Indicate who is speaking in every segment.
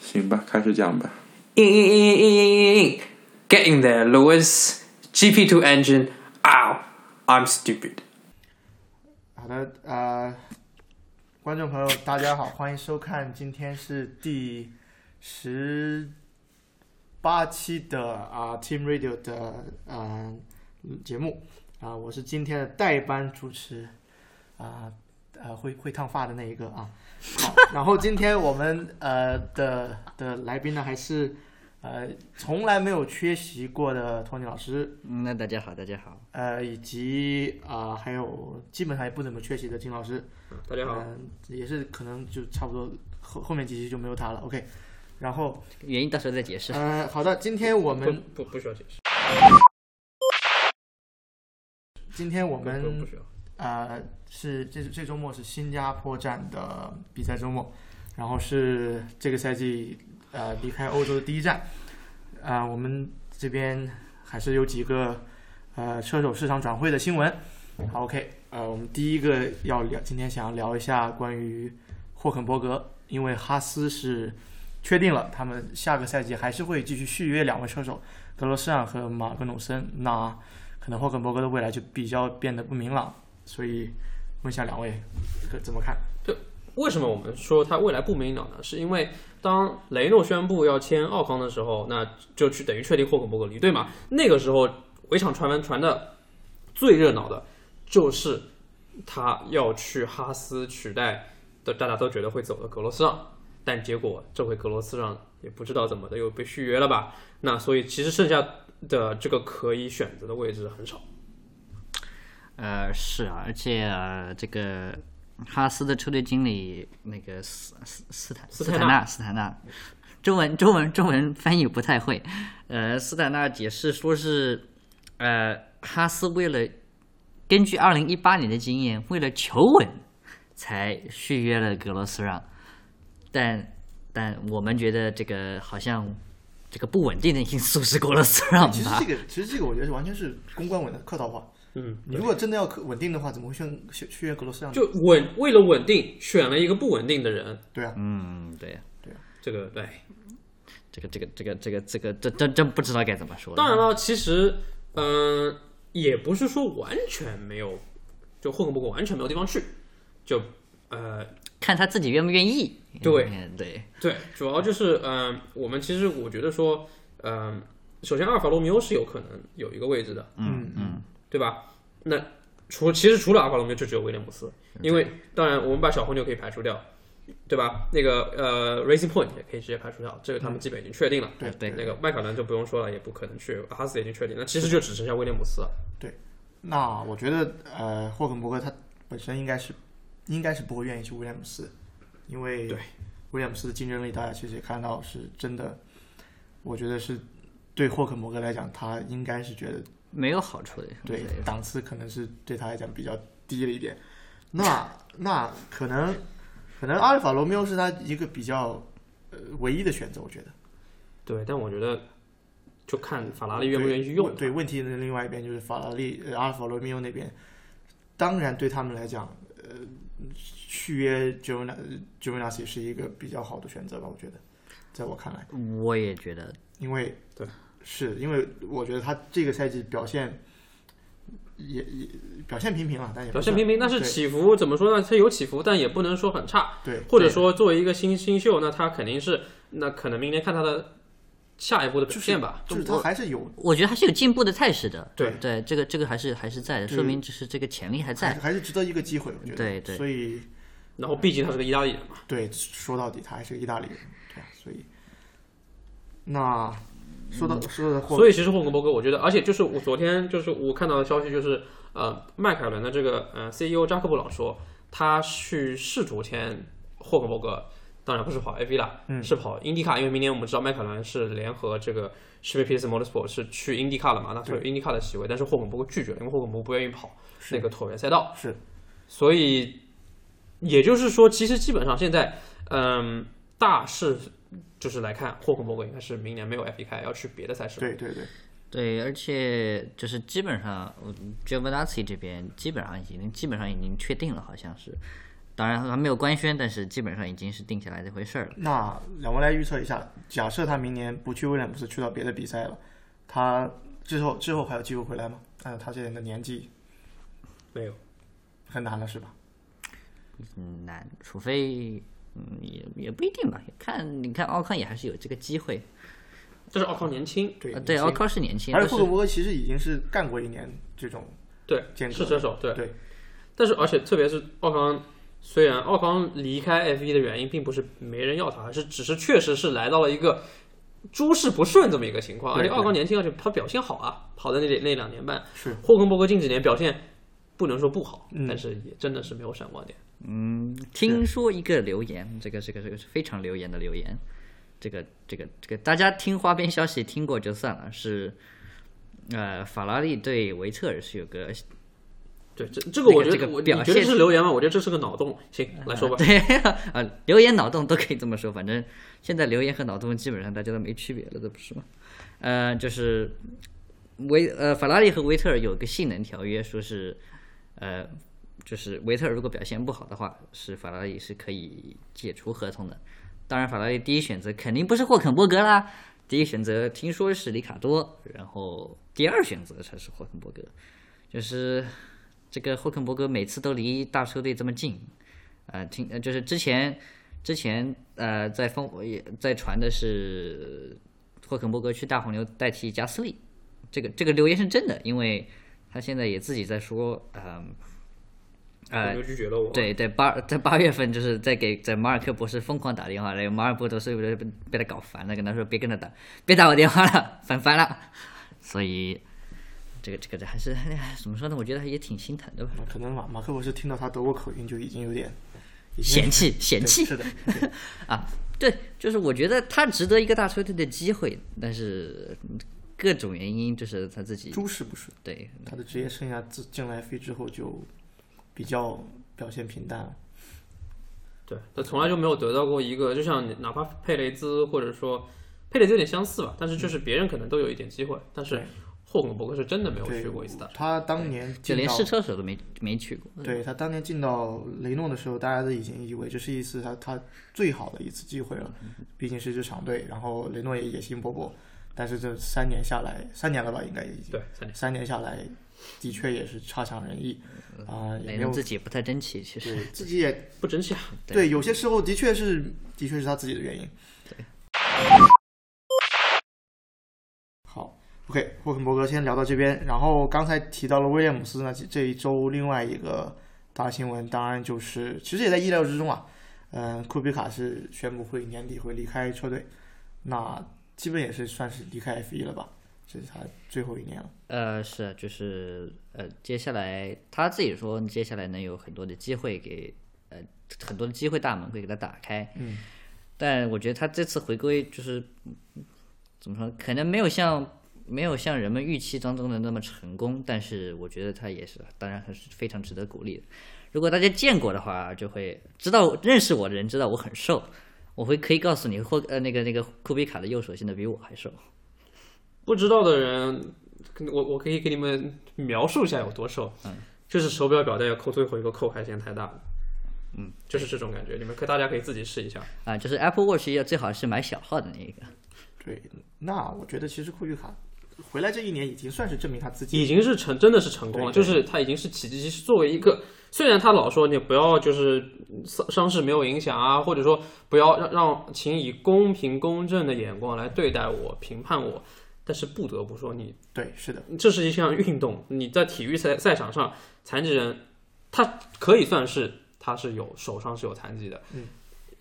Speaker 1: 行吧，开始讲吧。
Speaker 2: In in in in in in in. Get in there, Lewis. GP2 engine. Ow. I'm stupid.
Speaker 3: 好的，呃，观众朋友，大家好，欢迎收看，今天是第十八期的啊、Team Radio 的嗯、节目啊、我是今天的代班主持啊呃会会烫发的那一个啊。好，然后今天我们呃的的来宾呢，还是呃从来没有缺席过的托尼老师，
Speaker 4: 嗯那大家好，大家好，
Speaker 3: 呃，以及啊、还有基本上也不怎么缺席的金老师，
Speaker 2: 大家好，
Speaker 3: 嗯也是可能就差不多后后面几期就没有他了。OK，然后
Speaker 4: 原因到时候再解释。
Speaker 3: 呃，好的，今天我们
Speaker 2: 不不需要解释，
Speaker 3: 今天我们
Speaker 2: 需要。
Speaker 3: 呃是这这周末是新加坡站的比赛周末，然后是这个赛季呃离开欧洲的第一站，啊、我们这边还是有几个呃车手市场转会的新闻。好，OK，呃，我们第一个要聊，今天想要聊一下关于霍肯伯格，因为哈斯是确定了，他们下个赛季还是会继续续约两位车手，格罗斯让和马格努森。那可能霍肯伯格的未来就比较变得不明朗，所以问一下两位可怎么看？
Speaker 5: 为什么我们说它未来不明朗呢？是因为当雷诺宣布要签奥康的时候，那就去等于确定霍肯伯格离队嘛。那个时候围场传闻传的最热闹的就是他要去哈斯取代的，大家都觉得会走的格罗斯让，但结果这回格罗斯让也不知道怎么的又被续约了吧？那所以其实剩下的这个可以选择的位置很少。
Speaker 4: 呃，是啊，而且、呃、这个哈斯的车队经理那个斯斯斯坦
Speaker 5: 斯
Speaker 4: 斯
Speaker 5: 坦
Speaker 4: 坦
Speaker 5: 纳
Speaker 4: 纳斯坦纳，中文中文中文翻译不太会。呃，斯坦纳解释说是，呃，哈斯为了根据二零一八年的经验，为了求稳才续约了格罗斯让，但但我们觉得这个好像这个不稳定的因素是格罗斯 让吧？
Speaker 3: 其实这个，其实这个我觉得完全是公关文的客套话。
Speaker 5: 嗯，
Speaker 3: 你如果真的要可稳定的话，怎么会选选去约格罗斯让？
Speaker 5: 就稳为了稳定选了一个不稳定的人，
Speaker 3: 对啊，
Speaker 4: 嗯，对呀。
Speaker 5: 这个对。
Speaker 4: 这个这个这个这个这个这真真不知道该怎么说。
Speaker 5: 当然，了，其实，嗯、也不是说完全没有，就霍肯伯格完全没有地方去，就呃，
Speaker 4: 看他自己愿不愿意。
Speaker 5: 对
Speaker 4: 嗯对，
Speaker 5: 对，主要就是嗯、我们其实我觉得说，嗯、首先阿尔法罗密欧是有可能有一个位置的，
Speaker 3: 嗯嗯，
Speaker 5: 对吧？那除其实除了阿尔法罗密欧就只有威廉姆斯，因为当然我们把小红牛可以排除掉，对吧？那个呃，Racing Point 也可以直接排除掉，这个他们基本已经确定了。
Speaker 3: 对
Speaker 4: 对
Speaker 5: 那个麦卡伦就不用说了，也不可能去，哈斯已经确定，那其实就只剩下威廉姆斯了。
Speaker 3: 那我觉得呃，霍肯伯格他本身应该是应该是不会愿意去威廉姆斯，因为
Speaker 5: 对
Speaker 3: 威廉姆斯的竞争力，大家其实也看到是真的，我觉得是对霍肯伯格来讲，他应该是觉得
Speaker 4: 没有好处的。
Speaker 3: 对档次可能是对他来讲比较低了一点。那那可能可能阿尔法罗密欧是他一个比较呃唯一的选择，我觉得。
Speaker 5: 对，但我觉得就看法拉利愿不愿意去用。
Speaker 3: 对，问题的另外一边就是法拉利、呃、阿尔法罗密欧那边，当然对他们来讲，呃，续约 j o v a n j o v a n a s i 是一个比较好的选择吧，我觉得，在我看来。
Speaker 4: 我也觉得
Speaker 3: 因为
Speaker 5: 对，
Speaker 3: 是因为我觉得他这个赛季表现也也表现平平了，但也不
Speaker 5: 表现
Speaker 3: 算
Speaker 5: 平平，但是
Speaker 3: 对
Speaker 5: 起伏怎么说呢？它有起伏，但也不能说很差。
Speaker 3: 对
Speaker 5: 或者说作为一个新新秀，那他肯定是那可能明年看他的下一步的表现吧。
Speaker 3: 就是他还是有
Speaker 4: 我觉得还是有进步的态势的。
Speaker 5: 对
Speaker 4: 对，这个这个还是还是在的，
Speaker 3: 对
Speaker 4: 说明就是这个潜力还
Speaker 3: 还
Speaker 4: 在。
Speaker 3: 还是值得一个机会，我觉得。
Speaker 4: 对对
Speaker 3: 所以
Speaker 5: 然后毕竟他是个意大利人嘛，
Speaker 3: 对，说到底他还是个意大利人，对啊，所以那说到说到霍
Speaker 5: 所以其实霍肯伯格，我觉得，而且就是我昨天就是我看到的消息，就是呃，迈凯伦的这个呃 CEO 扎克布朗说，他去试图签霍肯伯格，当然不是跑 AV 啦，是跑 IndyCar，因为明年我们知道迈凯伦是联合这个 s h p PS Motorsport 是去 IndyCar 了嘛，那所以 IndyCar 的席位，但是霍肯伯格拒绝了，因为霍肯伯格不愿意跑那个椭圆赛道，
Speaker 3: 是
Speaker 5: 所以也就是说，其实基本上现在，嗯，大势就是来看，霍肯伯格应该是明年没有 F E 1开，要去别的赛事。
Speaker 3: 对对对，
Speaker 4: 对，而且就是基本上 j o v a n a s i 这边基本上已经基本上已经确定了，好像是。当然还没有官宣，但是基本上已经是定下来这回事儿了。
Speaker 3: 那让我来预测一下，假设他明年不去威廉姆斯，去到别的比赛了，他之后之后还有机会回来吗？按照他现在的年纪，
Speaker 5: 没有，
Speaker 3: 很难了，是吧？
Speaker 4: 嗯，难，除非嗯也也不一定吧，看你看奥康也还是有这个机会。
Speaker 5: 但是奥康年轻，
Speaker 3: 对
Speaker 4: 呃，对，
Speaker 3: 年
Speaker 4: 奥
Speaker 3: 轻
Speaker 4: 康是年轻，
Speaker 3: 而且
Speaker 4: 但
Speaker 3: 霍
Speaker 4: 是
Speaker 3: 格伯格其实已经是干过一年这种，
Speaker 5: 对，
Speaker 3: 间隔
Speaker 5: 是车手，对
Speaker 3: 对
Speaker 5: 但是而且特别是奥康，虽然奥康离开 F 一的原因并不是没人要他，是只是确实是来到了一个诸事不顺这么一个情况。而
Speaker 3: 对
Speaker 5: 且奥康年轻，而且他表现好啊，好的那那两年半，
Speaker 3: 是
Speaker 5: 霍根伯格近几年表现不能说不好，
Speaker 3: 嗯
Speaker 5: 但是也真的是没有闪光点。
Speaker 4: 嗯，听说一个留言，这个这个这个是非常留言的留言，这个这个这个大家听花边消息听过就算了，是呃法拉利对维特尔是有个
Speaker 5: 对，这这个我觉得、
Speaker 4: 这个
Speaker 5: 我你
Speaker 4: 表
Speaker 5: 觉得
Speaker 4: 现
Speaker 5: 是留言吗？我觉得这是个脑洞。行，来说吧。
Speaker 4: 对啊留言脑洞都可以这么说，反正现在留言和脑洞基本上大家都没区别了，这不是吗？呃，就是维呃法拉利和维特尔有个性能条约，说是呃就是维特尔如果表现不好的话，是法拉利是可以解除合同的。当然，法拉利第一选择肯定不是霍肯伯格啦，第一选择听说是里卡多，然后第二选择才是霍肯伯格，就是这个霍肯伯格每次都离大车队这么近，呃，听呃就是之前之前呃在风也在传的是霍肯伯格去大红牛代替加斯利，这个这个留言是真的，因为他现在也自己在说，嗯、呃，
Speaker 5: 我就拒绝了我。
Speaker 4: 对，在八在八月份，就是在给在马尔克博士疯狂打电话，那个马尔博士被被他搞烦了，跟他说别跟他打，别打我电话了，反烦了。所以这个这个还是哎呀怎么说呢？我觉得也挺心疼的吧，
Speaker 3: 那可能马马克博士听到他德国口音就已经有点已经
Speaker 4: 嫌弃嫌
Speaker 3: 对
Speaker 4: 弃。
Speaker 3: 是的，
Speaker 4: 对，就是我觉得他值得一个大车队的机会，但是各种原因就是他自己
Speaker 3: 诸事不顺。
Speaker 4: 对
Speaker 3: 他的职业生涯自进了 F 一之后就比较表现平淡了。
Speaker 5: 对，他从来就没有得到过一个，就像哪怕佩雷兹或者说佩雷兹有点相似吧，但是就是别人可能都有一点机会，但是
Speaker 3: 对
Speaker 5: 霍肯伯格是真的没有
Speaker 3: 对
Speaker 5: 去过一次大。
Speaker 3: 他当年
Speaker 4: 就
Speaker 3: 进
Speaker 4: 连
Speaker 3: 到
Speaker 4: 试车手都没没去过。
Speaker 3: 对他当年进到雷诺的时候，大家都已经以为这是一次他他最好的一次机会了，毕竟是一支强队，然后雷诺也野心勃勃。但是这三年下来，三年了吧，应该已经
Speaker 5: 对，三年。
Speaker 3: 三年下来，的确也是差强人意啊、也
Speaker 4: 雷
Speaker 3: 没
Speaker 4: 诺
Speaker 3: 有
Speaker 4: 自己也不太争气，其实
Speaker 3: 对自己也
Speaker 5: 不争气啊！
Speaker 3: 对，有些时候的确是的确是他自己的原因。好，OK，霍肯伯格先聊到这边。然后刚才提到了威廉姆斯呢，这这一周另外一个大新闻，当然就是其实也在意料之中啊。嗯，库比卡是宣布会年底会离开车队，那基本也是算是离开 F 1了吧，这是他最后一年了。
Speaker 4: 呃，是啊，就是呃，接下来他自己说，接下来能有很多的机会给呃很多的机会大门会给他打开。
Speaker 3: 嗯，
Speaker 4: 但我觉得他这次回归就是嗯怎么说，可能没有像没有像人们预期当中的那么成功，但是我觉得他也是，当然还是非常值得鼓励的。如果大家见过的话，就会知道认识我的人知道我很瘦，我会可以告诉你，或呃那个那个库比卡的右手现在比我还瘦。
Speaker 5: 不知道的人，我我可以给你们描述一下有多瘦，就是手表表带要扣最后一个扣还嫌太大了，嗯，就是这种感觉，你们可大家可以自己试一下。
Speaker 4: 啊，就是 Apple Watch 要最好是买小号的那一个。
Speaker 3: 对，那我觉得其实库比卡回来这一年已经算是证明他自己
Speaker 5: 已经是成真的是成功了，就
Speaker 3: 对
Speaker 5: 是他已经是奇迹。其实作为一个，虽然他老说你不要就是伤伤势没有影响啊，或者说不要让让，请以公平公正的眼光来对待我、评判我，但是不得不说你，
Speaker 3: 对，是的，
Speaker 5: 这是一项运动，你在体育赛赛场上，残疾人他可以算是他是有手上是有残疾的，
Speaker 3: 嗯。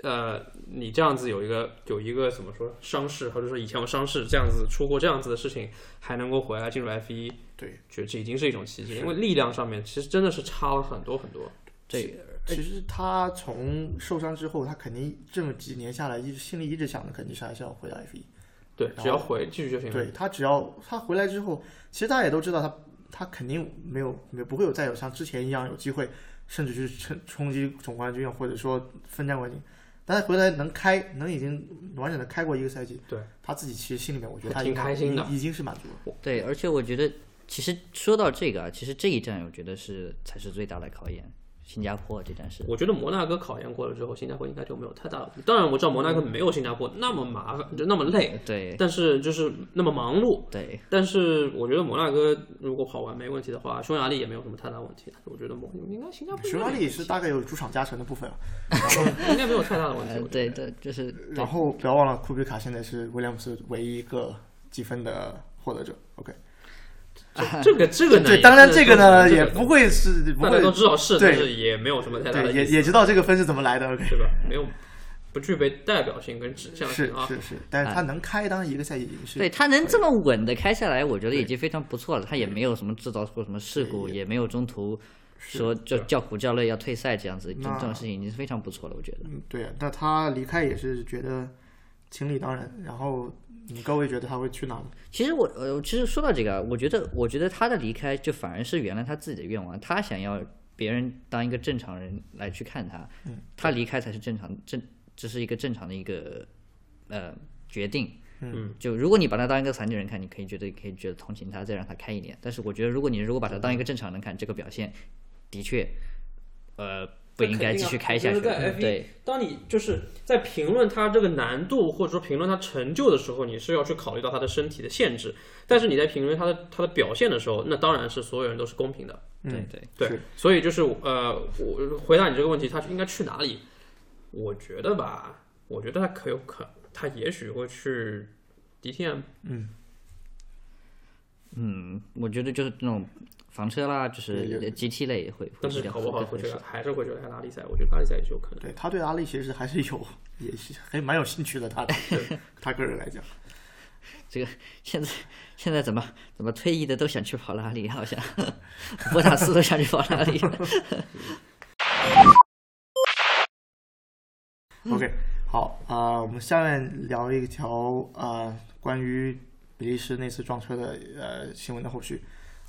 Speaker 5: 呃，你这样子有一个有一个怎么说伤势，或者说以前有伤势这样子出过这样子的事情，还能够回来进入 F 一，
Speaker 3: 对，
Speaker 5: 觉得这已经是一种奇迹，因为力量上面其实真的是差了很多很多。
Speaker 4: 这
Speaker 3: 其实他从受伤之后，他肯定这么几年下来，一直心里一直想的，肯定是还是要回到 F 一。
Speaker 5: 对，
Speaker 3: 后
Speaker 5: 只要回继续就行了。
Speaker 3: 对他只要他回来之后，其实大家也都知道他，他肯定没有没有不会有再有像之前一样有机会，甚至去冲冲击总冠军或者说分站冠军。但他回来能开，能已经完整的开过一个赛季，
Speaker 5: 对
Speaker 3: 他自己其实心里面，我觉得他
Speaker 5: 挺
Speaker 3: 已经
Speaker 5: 开心的
Speaker 3: 已经是满足了。
Speaker 4: 对，而且我觉得，其实说到这个啊，其实这一站我觉得是才是最大的考验。新加坡这件事。
Speaker 5: 我觉得摩纳哥考验过了之后，新加坡应该就没有太大的。当然，我知道摩纳哥没有新加坡那么麻烦，就那么
Speaker 3: 嗯
Speaker 5: 累，
Speaker 4: 对
Speaker 5: 但是就是那么忙碌。
Speaker 4: 对，
Speaker 5: 但是我觉得摩纳哥如果跑完没问题的话，匈牙利也没有什么太大问题。我觉得摩应该新加坡
Speaker 3: 匈牙利是大概有主场加成的部分啊，
Speaker 5: 应该没有太大的问题。
Speaker 3: 哎
Speaker 4: 呃，
Speaker 5: 我觉
Speaker 4: 对
Speaker 5: 得
Speaker 4: 对，就是对
Speaker 3: 然后不要忘了库比卡现在是威廉姆斯唯一一个积分的获得者。OK，
Speaker 5: 这个这个呢，
Speaker 3: 对，当然这个呢也
Speaker 5: 也
Speaker 3: 不会是不
Speaker 5: 大家
Speaker 3: 会
Speaker 5: 都知道是，
Speaker 3: 对
Speaker 5: 但是也没有什么太大的
Speaker 3: 对，
Speaker 5: 意
Speaker 3: 也
Speaker 5: 思，
Speaker 3: 也知道这个分是怎么来的。OK，
Speaker 5: 对吧？没有不具备代表性跟指向
Speaker 3: 是
Speaker 5: 性啊。
Speaker 3: 是是，但是他能开，当然一个赛季已经是
Speaker 4: 对他能这么稳的开下来，我觉得已经非常不错了。他也没有什么制造出什么事故，也没有中途说就叫苦叫累要退赛这样子，这
Speaker 3: 那
Speaker 4: 这种事情已经是非常不错了，我觉得。
Speaker 3: 嗯，对啊，那他离开也是觉得情理当然。然后你各位觉得他会去哪呢？
Speaker 4: 其实我呃，其实说到这个啊，我觉得我觉得他的离开就反而是原来他自己的愿望，他想要别人当一个正常人来去看他，
Speaker 5: 嗯
Speaker 4: 他离开才是正常正，这是一个正常的一个呃决定。
Speaker 5: 嗯，
Speaker 4: 就如果你把他当一个残疾人看，你可以觉得可以觉得同情他，再让他开一点。但是我觉得，如果你如果把他当一个正常人看，这个表现的确，呃，不应该继续开下去。
Speaker 5: 那肯定啊我觉得在 FV
Speaker 4: 对，
Speaker 5: 当你就是在评论他这个难度或者说评论他成就的时候，你是要去考虑到他的身体的限制。但是你在评论他的他的表现的时候，那当然是所有人都是公平的。
Speaker 4: 对
Speaker 3: 嗯，
Speaker 4: 对。
Speaker 5: 对
Speaker 3: 是，
Speaker 5: 所以就是呃，我回答你这个问题，他应该去哪里？我觉得吧，我觉得他可有可，他也许会去 DTM。
Speaker 4: 嗯，我觉得就是那种房车啦，就
Speaker 3: 对
Speaker 4: 是 GT 类会会
Speaker 5: 但
Speaker 4: 比
Speaker 5: 是
Speaker 4: 较
Speaker 5: 搞不好
Speaker 4: 会
Speaker 5: 会
Speaker 4: 会
Speaker 5: 去
Speaker 4: 少
Speaker 5: 还是会去看拉力赛，我觉得拉力赛也是有可能。
Speaker 3: 对他对阿力其实还是有也是还蛮有兴趣的。他 对他个人来讲，
Speaker 4: 现在现在怎么怎么退役的都想去跑拉力，好像 博塔斯都想去跑拉力。嗯
Speaker 3: OK，好啊、呃我们下面聊一条呃关于比利时那次撞车的呃新闻的后续。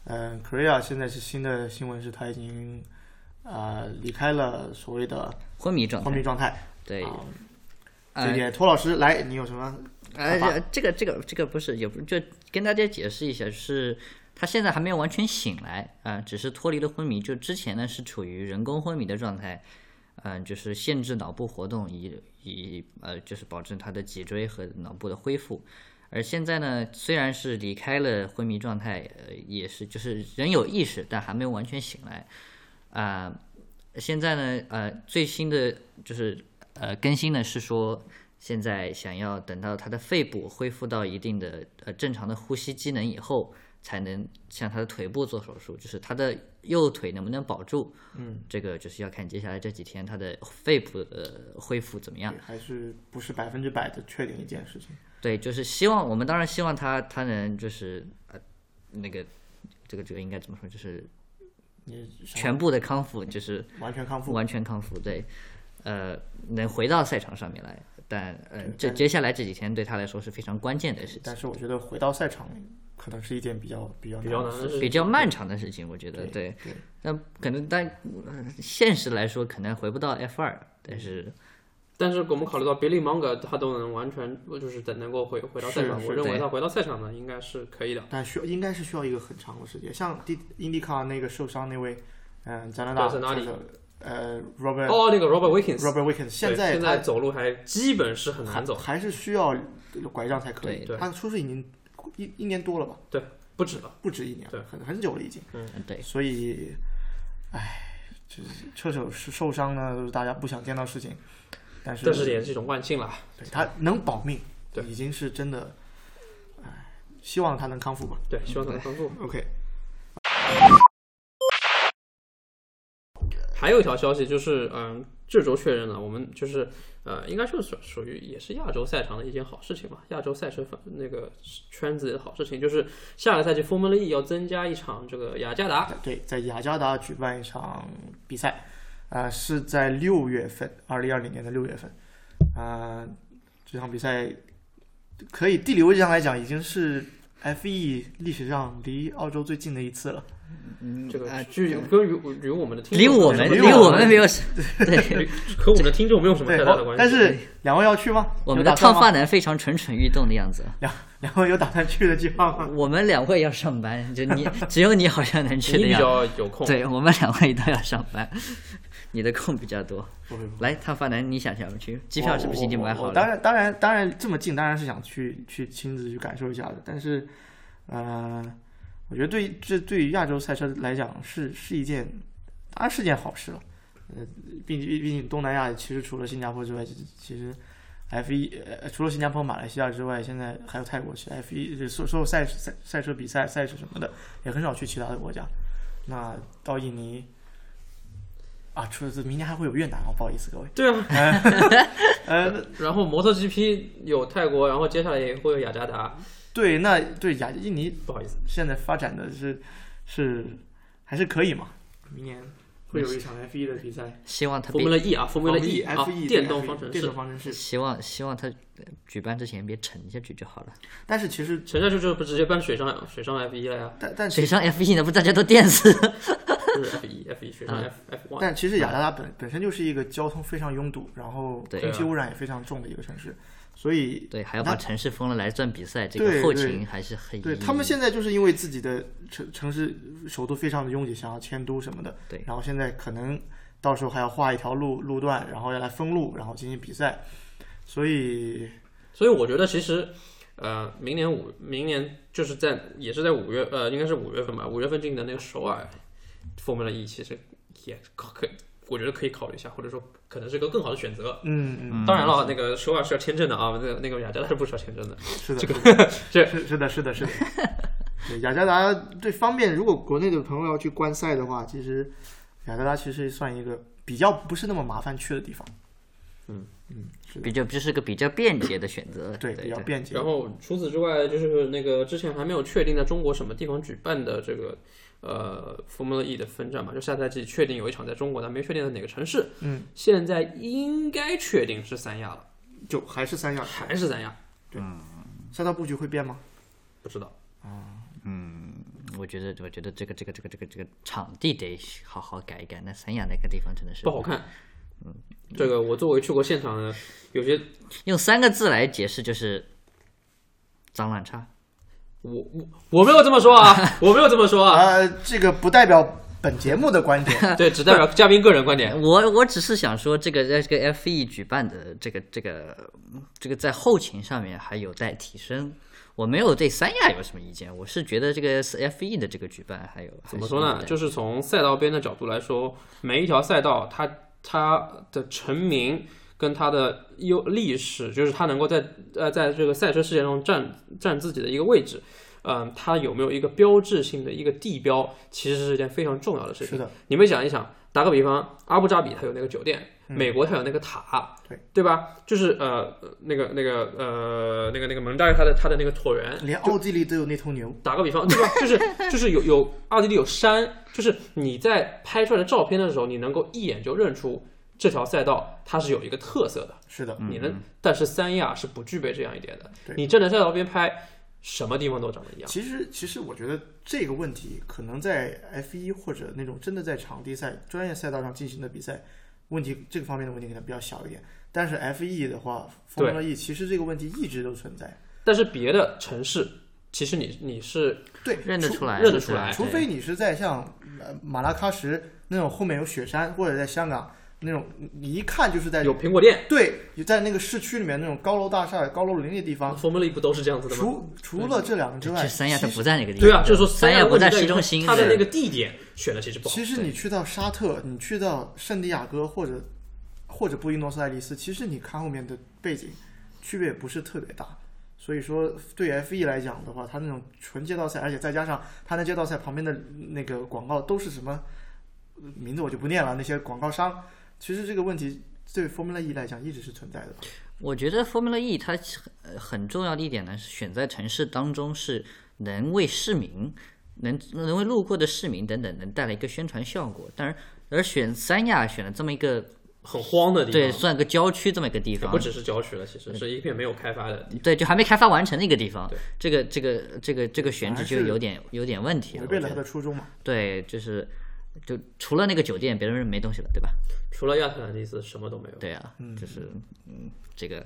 Speaker 3: 嗯、k o r e a 现在是新的新闻是他已经呃离开了所谓的
Speaker 4: 昏迷状
Speaker 3: 昏迷
Speaker 4: 态，
Speaker 3: 状态。
Speaker 4: 对，
Speaker 3: 啊
Speaker 4: 呃
Speaker 3: 这也托老师来，你有什么？
Speaker 4: 呃，
Speaker 3: 好吧
Speaker 4: 这这个这个这个不是，也不就跟大家解释一下，就是他现在还没有完全醒来啊、呃只是脱离了昏迷。就之前呢是处于人工昏迷的状态，嗯、就是限制脑部活动以，以呃就是保证他的脊椎和脑部的恢复。而现在呢，虽然是离开了昏迷状态，呃，也是就是人有意识，但还没有完全醒来啊、现在呢，呃，最新的就是呃更新呢是说，现在想要等到他的肺部恢复到一定的呃正常的呼吸机能以后，才能向他的腿部做手术，就是他的右腿能不能保住，嗯，这个就是要看接下来这几天他的肺部的恢复怎么样。
Speaker 3: 还是不是百分之百的确定一件事情？
Speaker 4: 对，就是希望我们当然希望他他能就是呃那个这个这个应该怎么说，就是
Speaker 3: 你想
Speaker 4: 全部的康复，就是
Speaker 3: 完全康复，
Speaker 4: 完全康复，对，呃，能回到赛场上面来。但呃，这
Speaker 3: 但
Speaker 4: 接下来这几天对他来说是非常关键的事情
Speaker 3: 但，是我觉得回到赛场可能是一件比较比较
Speaker 5: 比较
Speaker 3: 难
Speaker 5: 难
Speaker 3: 的
Speaker 5: 的
Speaker 3: 事
Speaker 5: 是
Speaker 4: 比较漫长的事情，我觉得对。那可能但、呃现实来说，可能回不到 F 二，但是
Speaker 5: 但是我们考虑到 Billy Manga 他都能完全就是等能够回回到赛场，
Speaker 3: 是
Speaker 5: 我认为
Speaker 4: 对
Speaker 5: 他回到赛场呢应该是可以的。
Speaker 3: 但需要应该是需要一个很长的时间。像第印第卡那个受伤那位，嗯、加拿大
Speaker 5: 对在哪里
Speaker 3: 车手呃，Robert、
Speaker 5: 哦，那个 Robert Wickens，
Speaker 3: Robert Wickens，现
Speaker 5: 对
Speaker 3: 在
Speaker 5: 现
Speaker 3: 他
Speaker 5: 在走路还基本是很难走，
Speaker 3: 还是需要拐杖才可以。
Speaker 4: 对
Speaker 5: 对
Speaker 3: 他出事已经一一年多了吧，
Speaker 5: 不止了。
Speaker 3: 不止一年，
Speaker 5: 对
Speaker 3: 很很久了已经。
Speaker 4: 呃对
Speaker 3: 所以，唉，就是车手受受伤呢，都是大家不想见到事情。但是，
Speaker 5: 但是也是一种万幸啦。
Speaker 3: 对他能保命，
Speaker 5: 对
Speaker 3: 已经是真的，唉，希望他能康复吧。
Speaker 5: 对，希望他能帮助。
Speaker 3: OK，
Speaker 5: 还有一条消息就是，嗯，这周确认了，我们就是呃，应该就是属属于也是亚洲赛场的一件好事情吧，亚洲赛车粉那个圈子里的好事情，就是下个赛季 Formula E 要增加一场这个雅加达，
Speaker 3: 对，在雅加达举办一场比赛，啊，是在六月份，二零二零年的六月份，啊、这场比赛可以地理位置上来讲，已经是 F1 历史上离澳洲最近的一次了。
Speaker 5: 嗯
Speaker 3: 嗯
Speaker 5: 这个
Speaker 4: 啊
Speaker 3: 哎
Speaker 5: 距跟与与我们的听
Speaker 4: 离
Speaker 5: 众
Speaker 4: 我们
Speaker 3: 离
Speaker 4: 离
Speaker 3: 我
Speaker 4: 我
Speaker 3: 们
Speaker 4: 们没有对，
Speaker 5: 离和我们的听众没有什么
Speaker 3: 对
Speaker 5: 太大的关，系。
Speaker 3: 但是两位要去吗？
Speaker 4: 我
Speaker 3: 有
Speaker 4: 们的
Speaker 3: 打算
Speaker 4: 烫
Speaker 3: 吗
Speaker 4: 发男非常蠢蠢欲动的样子。
Speaker 3: 两两位有打算去的计划吗？
Speaker 4: 我们两位要 上班，就你只有你好像能去
Speaker 5: 你
Speaker 4: 的
Speaker 5: 比
Speaker 4: 样子。
Speaker 5: 较有空，
Speaker 4: 对我们两位都要上班， 你的空比较多。
Speaker 3: 不会不会，
Speaker 4: 来，汤发男，你想想去，机票是不是已经买好
Speaker 3: 我我我
Speaker 4: 了？
Speaker 3: 当然当然当然这么近，当然是想去去亲自去感受一下的。但是，呃，我觉得对于这对于亚洲赛车来讲是是一件，当然是件好事了。呃，毕竟毕竟东南亚其实除了新加坡之外，其实其实 F 一呃除了新加坡、马来西亚之外，现在还有泰国，其实 F 一所所有赛赛赛车比赛赛事什么的也很少去其他的国家。那到印尼啊，除了这，明年还会有越南哦，不好意思各位，
Speaker 5: 对啊，
Speaker 3: 呃，
Speaker 5: 然后摩托 GP 有泰国，然后接下来也会有雅加达，
Speaker 3: 对，那对雅印尼
Speaker 5: 不好意思，
Speaker 3: 现在发展的是是还是可以嘛？明年会有一场 F 一的比赛，哦
Speaker 4: 希望他别
Speaker 5: Formula E 啊，Formula E 啊
Speaker 3: F 一，
Speaker 5: 电动方程
Speaker 3: 电
Speaker 5: 式
Speaker 3: 动，方程式。
Speaker 4: 希望希望他呃举办之前别沉下去就好了。
Speaker 3: 但是其实，
Speaker 5: 陈下去就不直接办水上水上 F 一了呀，
Speaker 3: 但但
Speaker 4: 水
Speaker 3: 其
Speaker 4: 上 F 一呢，不大家都电死？
Speaker 5: 不是 F 一 F 一水上 F F one，
Speaker 3: 但其实雅加达本本身就是一个交通非常拥堵，然后
Speaker 4: 对
Speaker 3: 空气污染也非常重的一个城市，所以
Speaker 4: 对，还要把
Speaker 3: 那
Speaker 4: 城市封了来赚比赛，这
Speaker 3: 对
Speaker 4: 个后
Speaker 3: 对
Speaker 4: 勤还是很
Speaker 3: 对他们现在就是因为自己的城城市首都非常的拥挤，想要迁都什么的，
Speaker 4: 对
Speaker 3: 然后现在可能到时候还要画一条路路段，然后要来封路，然后进行比赛，所以
Speaker 5: 所以我觉得其实，呃，明年五明年就是在也是在五月，呃，应该是五月份吧，五月份进的那个首尔 Formula E 其实也可可，我觉得可以考虑一下，或者说可能是个更好的选择。
Speaker 3: 嗯嗯，
Speaker 5: 当然了，那个首尔是要签证的啊，那个那个雅加达是不需要签证的。
Speaker 3: 是的，
Speaker 5: 这
Speaker 3: 是是的，是的，是的。对雅加达对方便，如果国内的朋友要去观赛的话，其实雅加达其实算一个比较不是那么麻烦去的地方。嗯嗯，是的
Speaker 4: 比较就是个比较便捷的选择。
Speaker 3: 对，比
Speaker 4: 对
Speaker 3: 较便捷
Speaker 5: 然。后除此之外，就是那个之前还没有确定在中国什么地方举办的这个呃 Formula E 的分站嘛，就下赛季确定有一场在中国，但没确定在哪个城市。
Speaker 3: 嗯，
Speaker 5: 现在应该确定是三亚了，
Speaker 3: 就还是三亚，
Speaker 5: 还是三亚？
Speaker 3: 赛道布局会变吗？
Speaker 5: 不知道。
Speaker 4: 我觉得，我觉得这个这个这个这个这个场地得好好改一改。那三亚那个地方真的是
Speaker 5: 不好，看。嗯这个我作为去过现场的，有些
Speaker 4: 用三个字来解释就是脏乱差。
Speaker 5: 我我我没有这么说啊， 我没有这么说啊，
Speaker 3: 啊，这个不代表本节目的观 点。
Speaker 5: 对，只代表嘉宾个人 观点。
Speaker 4: 我我只是想说，这个在这个 F E 举办的这个这个这个在后勤上面还有待提升。我没有对三亚有什么意见，我是觉得这个 F E 的这个举办还有
Speaker 5: 怎么说呢？就是是从赛道边的角度来说，每一条赛道它它的成名跟它的优历史，就是它能够在呃在这个赛车世界中占占自己的一个位置。嗯，它有没有一个标志性的一个地标，其实是一件非常重要的事情
Speaker 3: 是。的，
Speaker 5: 你们想一想，打个比方，阿布扎比它有那个酒店，美国它有那个塔，
Speaker 3: 对
Speaker 5: 嗯对吧？就是呃那个那个呃那个那个蒙扎它的它的那个椭圆。
Speaker 3: 连奥地利都有那头牛。
Speaker 5: 打个比方，对 吧？就是就是有有奥地利有山，就是你在拍出来的照片的时候，你能够一眼就认出这条赛道它是有一个特色的。
Speaker 3: 是的，
Speaker 5: 你能，但是三亚是不具备这样一点的
Speaker 3: 嗯对。
Speaker 5: 你站在赛道边拍，什么地方都长得一样。
Speaker 3: 其实其实我觉得这个问题可能在 F 一或者那种真的在场地赛、专业赛道上进行的比赛，问题这个方面的问题可能比较小一点。但是 F 一的话
Speaker 5: 对
Speaker 3: ，Formula E 其实这个问题一直都存在，
Speaker 5: 但是别的城市，其实你你是
Speaker 3: 对，
Speaker 4: 认得出来，
Speaker 5: 认得出来
Speaker 3: 除。除非你是在像呃马拉喀什那种后面有雪山，或者在香港那种，你一看就是在
Speaker 5: 有苹果店，
Speaker 3: 对，有在那个市区里面那种高楼大厦、高楼林立的地方。
Speaker 5: 佛 l 啊利不都是这样子的吗？
Speaker 3: 除除了这两个之外，
Speaker 4: 这三亚它
Speaker 3: 其实
Speaker 4: 不在那个地方。
Speaker 5: 对啊，就是说
Speaker 4: 三
Speaker 5: 亚
Speaker 4: 亚不
Speaker 5: 问题
Speaker 4: 在
Speaker 5: 于
Speaker 4: 市中心，
Speaker 5: 它的
Speaker 4: 对
Speaker 5: 那个地点选的其实不好。
Speaker 3: 其实
Speaker 4: 对
Speaker 3: 你去到沙特，你去到圣地亚哥或者或者布宜诺斯艾利斯，其实你看后面的背景区别不是特别大。所以说，对 F E 来讲的话，它那种纯街道赛，而且再加上它那街道赛旁边的那个广告都是什么呃名字我就不念了，那些广告商，其实这个问题对 Formula E 来讲一直是存在的。
Speaker 4: 我觉得 Formula E 它呃很重要的一点呢，是选在城市当中是能为市民、能能为路过的市民等等能带来一个宣传效果。当然，而选三亚选了这么一个
Speaker 5: 很荒的地方，
Speaker 4: 对算个郊区这么一个地
Speaker 5: 也
Speaker 4: 方
Speaker 5: 不，只是郊区了，其实是一片没有开发的。
Speaker 4: 对，就还没开发完成的一个地方
Speaker 5: 对，
Speaker 4: 这个这个这个这个选址就
Speaker 3: 反而是
Speaker 4: 有点有点问题了。
Speaker 3: 违
Speaker 4: 我
Speaker 3: 背了
Speaker 4: 觉
Speaker 3: 他
Speaker 4: 得
Speaker 3: 的初衷嘛？
Speaker 4: 对，就是就除了那个酒店，别人没东西了，对吧？
Speaker 5: 除了亚特兰蒂斯，什么都没有。
Speaker 4: 对啊，就是嗯，这个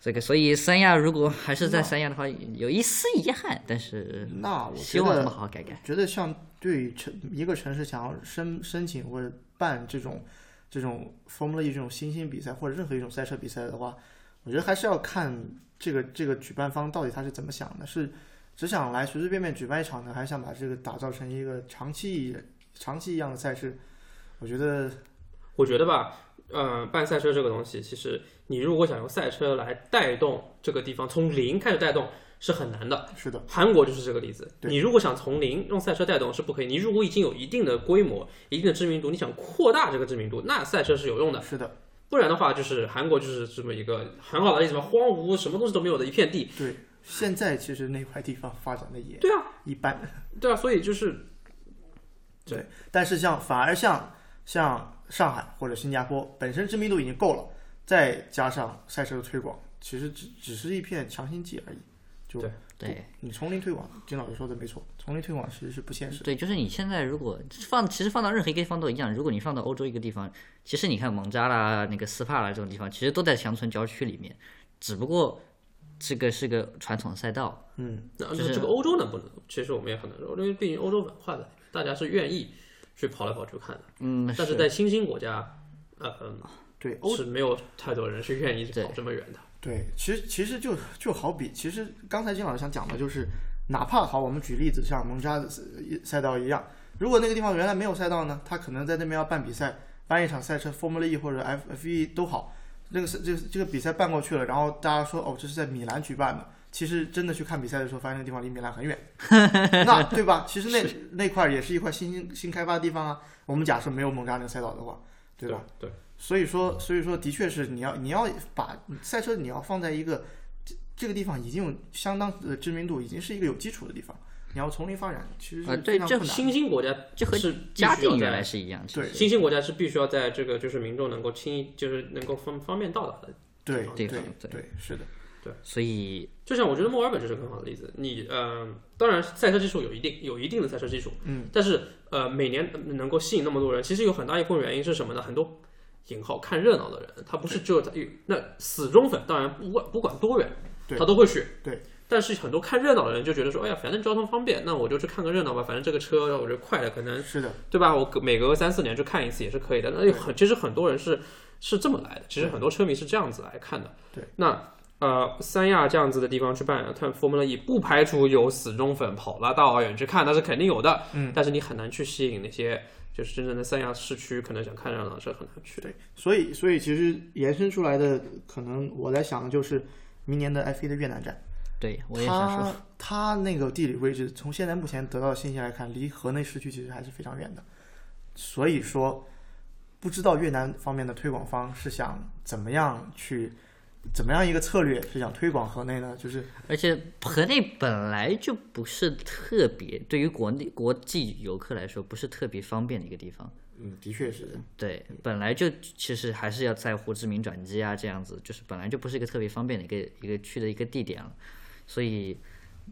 Speaker 4: 这个所以三亚如果还是在三亚的话，有一丝遗憾，但是
Speaker 3: 那我
Speaker 4: 希
Speaker 3: 觉
Speaker 4: 望他们
Speaker 3: 得
Speaker 4: 好好改改。
Speaker 3: 觉得像对于城一个城市想要申申请或者办这种这种 Formula E 这种新兴比赛或者任何一种赛车比赛的话，我觉得还是要看这个这个举办方到底他是怎么想的，是只想来随随便便举办一场呢，还是想把这个打造成一个长期长期一样的赛事？我觉得
Speaker 5: 我觉得吧，呃，办赛车这个东西，其实你如果想用赛车来带动这个地方，从零开始带动是很难的。
Speaker 3: 是的，
Speaker 5: 韩国就是这个例子。
Speaker 3: 对
Speaker 5: 你如果想从零用赛车带动是不可以，你如果已经有一定的规模、一定的知名度，你想扩大这个知名度，那赛车是有用的。
Speaker 3: 是的，
Speaker 5: 不然的话，就是韩国就是这么一个很好的什么荒芜，什么东西都没有的一片地。
Speaker 3: 对。现在其实那块地方发展的也
Speaker 5: 对啊，
Speaker 3: 一般，
Speaker 5: 对啊，所以就是
Speaker 3: 但是像反而像像上海或者新加坡本身知名度已经够了，再加上赛车的推广，其实只只是一片强心剂而已。就
Speaker 5: 对
Speaker 4: 对
Speaker 3: 你从零推广，金老师说的没错，从零推广其实是不现实的。
Speaker 4: 对，就是你现在如果放，其实放到任何一个地方都一样。如果你放到欧洲一个地方，其实你看蒙扎啦、那个斯帕啦这种地方，其实都在乡村郊区里面，只不过这个是个传统赛道，
Speaker 3: 嗯，
Speaker 5: 那
Speaker 4: 就是
Speaker 5: 这个欧洲能不能？其实我们也很难说，因为毕竟欧洲文化的，大家是愿意去跑来跑去看的。
Speaker 4: 嗯，
Speaker 5: 但是在新兴国家，呃，嗯
Speaker 3: 对，欧
Speaker 5: 是没有太多人是愿意
Speaker 4: 对
Speaker 5: 跑这么远的。
Speaker 3: 对，其实其实就就好比，其实刚才金老师想讲的就是，哪怕好，我们举例子，像蒙扎的赛道一样，如果那个地方原来没有赛道呢，他可能在那边要办比赛，办一场赛车 Formula E 或者 F F 1都好，那个是这个这个比赛办过去了，然后大家说哦，这是在米兰举办的。其实真的去看比赛的时候，发现那个地方离米兰很远，那对吧？其实那那块儿也是一块新兴新开发的地方啊。我们假设没有蒙扎那个赛道的话，对吧？
Speaker 5: 对，
Speaker 3: 所以说，所以说，的确是你要你要把赛车你要放在一个这这个地方已经有相当的知名度，已经是一个有基础的地方，你要从零发展，其实
Speaker 4: 呃
Speaker 3: 是
Speaker 4: 对
Speaker 3: 非常
Speaker 4: 这
Speaker 3: 困难的。
Speaker 5: 新兴国家
Speaker 4: 就和
Speaker 5: 是
Speaker 4: 家
Speaker 5: 必须要
Speaker 4: 庭
Speaker 5: 在
Speaker 4: 原来是一样，
Speaker 3: 对
Speaker 5: 新兴国家是必须要在这个就是民众能够轻易就是能够方方便到达的。
Speaker 3: 对对
Speaker 4: 地方对
Speaker 3: 对，是的，
Speaker 4: 所以
Speaker 5: 就像我觉得墨尔本就是个很好的例子。你呃，当然赛车技术有一定有一定的赛车技术，
Speaker 3: 嗯，
Speaker 5: 但是呃，每年呃能够吸引那么多人，其实有很大一部分原因是什么呢？很多引号看热闹的人，他不是只有在那死忠粉，当然不管不管多远，
Speaker 3: 对
Speaker 5: 他都会去。
Speaker 3: 对。
Speaker 5: 但是很多看热闹的人就觉得说，哎呀，反正交通方便，那我就去看个热闹吧。反正这个车我觉得快了，可能
Speaker 3: 是的，
Speaker 5: 对吧？我隔每隔三四年去看一次也是可以的。那有很其实很多人是是这么来的，其实很多车迷是这样子来看的。
Speaker 3: 对，
Speaker 5: 那呃，三亚这样子的地方去办看 Formula E，不排除有死忠粉跑了大老远去看，那是肯定有的。
Speaker 3: 嗯
Speaker 5: 但是你很难去吸引那些就是真正的三亚市区可能想看热闹的是很难去的。
Speaker 3: 对。所以所以其实延伸出来的，可能我在想的就是明年的 F 1的越南站。
Speaker 4: 对我也想说，
Speaker 3: 它它那个地理位置，从现在目前得到的信息来看，离河内市区其实还是非常远的。所以说，不知道越南方面的推广方是想怎么样去，怎么样一个策略是想推广河内呢？就是
Speaker 4: 而且河内本来就不是特别，对于国内国际游客来说不是特别方便的一个地方。
Speaker 3: 嗯，的确是
Speaker 4: 对，
Speaker 3: 嗯
Speaker 4: 本来就其实还是要在乎知名转机啊，这样子，就是本来就不是一个特别方便的一个一个去的一个地点了，所以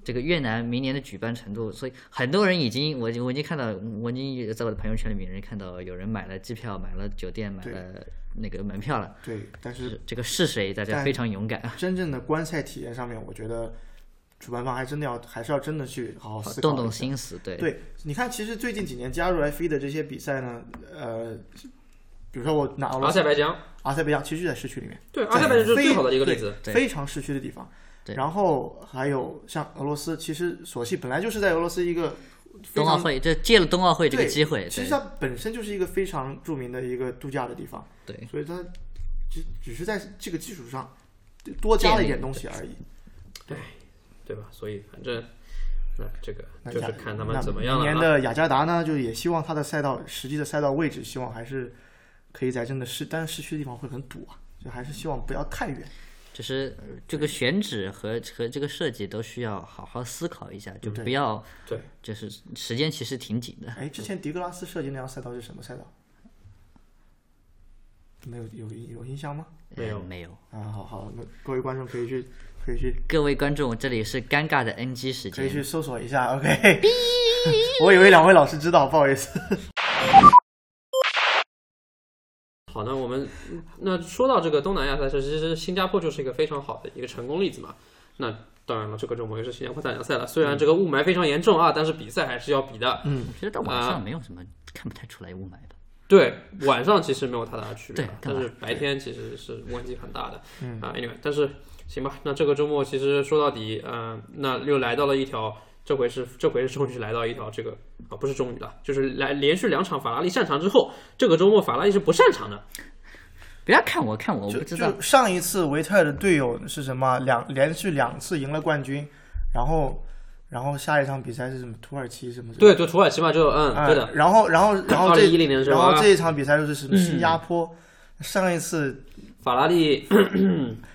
Speaker 4: 这个越南明年的举办程度，所以很多人已经，我已经我已经看到，我已经在我的朋友圈里面，人看到有人买了机票，买了酒店，买
Speaker 3: 对
Speaker 4: 了那个门票了，
Speaker 3: 对，但是
Speaker 4: 这个是谁？大家
Speaker 3: 但
Speaker 4: 非常勇敢，
Speaker 3: 真正的观赛体验上面，我觉得主办方还真的要还是要真的去好好思考
Speaker 4: 动
Speaker 3: 一下
Speaker 4: 动心思，对，
Speaker 3: 对，你看，其实最近几年加入 F 1的这些比赛呢，呃，比如说我拿俄罗
Speaker 5: 阿
Speaker 3: 斯、
Speaker 5: 塞拜疆，
Speaker 3: 阿塞拜疆，其实就在市区里面。
Speaker 5: 对，
Speaker 3: 在
Speaker 5: 阿塞拜疆就是
Speaker 3: 非
Speaker 5: 最好的一个例子。
Speaker 4: 对
Speaker 3: 非常市区的地方。
Speaker 4: 对
Speaker 3: 然后还有像俄罗斯，其实索契本来就是在俄罗斯一个非
Speaker 4: 冬奥
Speaker 3: 常
Speaker 4: 会就借了冬奥会这个
Speaker 3: 对
Speaker 4: 机会，
Speaker 3: 其
Speaker 4: 对
Speaker 3: 实它本身就是一个非常著名的一个度假的地方，
Speaker 4: 对，
Speaker 3: 所以它只只是在这个基础上多加了一点东西而已。
Speaker 5: 对吧？所以反正那这个
Speaker 3: 那
Speaker 5: 就是
Speaker 3: 亚
Speaker 5: 看他们
Speaker 3: 那
Speaker 5: 怎么样了、
Speaker 3: 明
Speaker 5: 啊。
Speaker 3: 年的雅加达呢，就也希望它的赛道实际的赛道位置，希望还是可以在真的市，但是市区的地方会很堵啊，就还是希望不要太远。
Speaker 4: 就是呃这个选址和和这个设计都需要好好思考一下，就
Speaker 3: 对
Speaker 4: 不要
Speaker 5: 对，
Speaker 4: 就是时间其实挺紧的。
Speaker 3: 哎，之前迪格拉斯设计那条赛道是什么赛道？没有有有印象吗？
Speaker 5: 没有
Speaker 4: 呃没有，
Speaker 3: 啊，好好，那各位观众可以去，可以去，
Speaker 4: 各位观众，这里是尴尬的 NG 时
Speaker 3: 可以去
Speaker 4: 间。
Speaker 3: 搜索一下。OK，我以为两位老师知道，不好意思。
Speaker 5: 好好，那我们那说到这个东南亚赛事，其实新加坡就是一个非常好的一个成功例子嘛。那当然了，这个周末也是新加坡大奖赛了，虽然这个雾霾非常严重啊，但是比赛还是要比的。
Speaker 4: 我觉得到晚
Speaker 5: 啊
Speaker 4: 上没有什么看不太出来雾霾的。
Speaker 5: 对，晚上其实没有太大的区别
Speaker 4: 对，
Speaker 5: 但
Speaker 4: 干
Speaker 5: 是
Speaker 4: 嘛
Speaker 5: 白天其实是问题很大的。
Speaker 3: 嗯
Speaker 5: 啊，anyway，但是行吧，那这个周末其实说到底，嗯，那又来到了一条，这回是这回是终于来到一条这个啊，不是终于了，就是来连续两场法拉利擅长之后，这个周末法拉利是不擅长的。
Speaker 4: 不要看我，看我，我
Speaker 3: 就
Speaker 4: 不知道
Speaker 3: 就。上一次维特尔的队友是什么？两连续两次赢了冠军，然后然后下一场比赛是什么？土耳其什么？
Speaker 5: 对，就土耳其嘛，就嗯，
Speaker 4: 哎
Speaker 3: 啊、
Speaker 5: 对的，
Speaker 3: 然后然后然后这
Speaker 5: 2010年的时
Speaker 3: 然
Speaker 5: 候啊嗯
Speaker 3: 后这一场比赛就是什么？新加坡。上一次，
Speaker 5: 法拉利，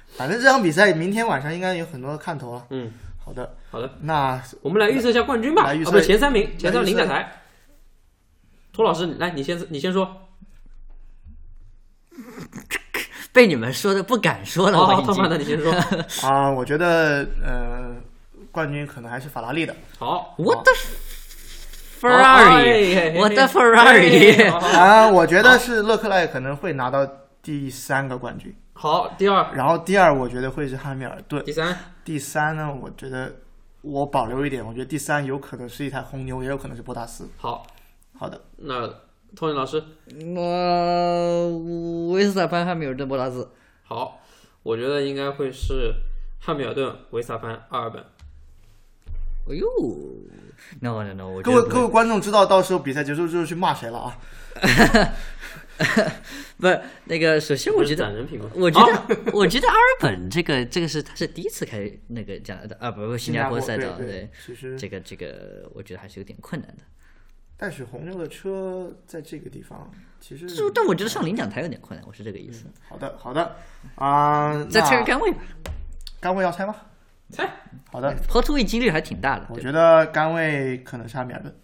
Speaker 3: 反正这场比赛明天晚上应该有很多的看头了。
Speaker 5: 嗯，
Speaker 3: 好的，
Speaker 5: 好的，
Speaker 3: 那
Speaker 5: 我们来预测一下冠军吧，啊
Speaker 3: 来预测
Speaker 5: 不是前三名，前
Speaker 3: 来
Speaker 5: 三
Speaker 3: 预测
Speaker 5: 领奖台。托老师，来，你先你先说。
Speaker 4: 被你们说的不敢说了，
Speaker 5: 好，
Speaker 4: 我已
Speaker 5: 托马
Speaker 4: 经。
Speaker 5: 的你先说。
Speaker 3: 啊、我觉得呃，冠军可能还是法拉利 的
Speaker 5: 好
Speaker 4: 我的
Speaker 5: 哎嘿嘿
Speaker 4: Ferrari，
Speaker 5: 嘿
Speaker 4: 我的
Speaker 5: 哎
Speaker 4: Ferrari，
Speaker 5: 好好
Speaker 3: 啊、我觉得是勒克莱可能会拿到第三个冠军，
Speaker 5: 好，第二、
Speaker 3: 然后第二我觉得会是汉密尔顿，
Speaker 5: 第三，
Speaker 3: 第三呢，我觉得我保留一点，我觉得第三有可能是一台红牛，也有可能是博塔斯。
Speaker 5: 好，
Speaker 3: 好的，
Speaker 5: 那托尼老师，
Speaker 4: 我维斯塔潘、汉密尔顿、博拉兹。
Speaker 5: 好，我觉得应该会是汉密尔顿、维萨潘、阿尔本。
Speaker 4: 哎呦，no no no，我
Speaker 3: 各
Speaker 4: 觉
Speaker 3: 位
Speaker 4: 得
Speaker 3: 各位观众知道到时候比赛结束之后去骂谁了啊？
Speaker 4: 不是那个，首先我觉
Speaker 5: 攒
Speaker 4: 得。
Speaker 5: 人品嘛，
Speaker 4: 我觉得，我觉得阿尔本这个这个是他是第一次开那个加拿大啊，不不新加坡赛道，
Speaker 3: 对
Speaker 4: 对，
Speaker 3: 其实
Speaker 4: 这个这个我觉得还是有点困难的。
Speaker 3: 但是红牛的车在这个地方其实
Speaker 4: 就但我觉得上领奖台有点困难，我是这个意思。
Speaker 3: 好的好的啊，
Speaker 4: 再猜个
Speaker 3: 干
Speaker 4: 杆位吧，
Speaker 3: 干位要猜吗？
Speaker 5: 猜，
Speaker 3: 好的，
Speaker 4: 抛突位几率还挺大的。
Speaker 3: 我
Speaker 4: 对
Speaker 3: 觉得干位可能是汉密尔顿。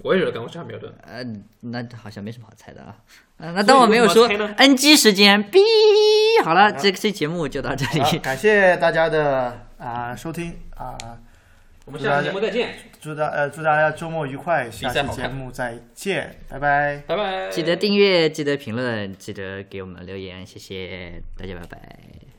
Speaker 5: 我也觉得刚刚是汉密尔顿。
Speaker 4: 呃，那好像没什么好猜的啊。呃那当我没有
Speaker 5: 所
Speaker 4: 说
Speaker 5: 以为什么要猜呢
Speaker 4: NG 时间哔，好了，这这节目就到这
Speaker 3: 好
Speaker 4: 里。
Speaker 3: 感谢大家的啊、收听啊、
Speaker 5: 我们下期节目再见，
Speaker 3: 祝大呃祝大家周末愉快，下
Speaker 5: 比赛
Speaker 3: 期
Speaker 5: 好看
Speaker 3: 节目再见，拜拜。
Speaker 5: 拜拜。
Speaker 4: 记得订阅，记得评论，记得给我们留言，谢谢大家，拜拜。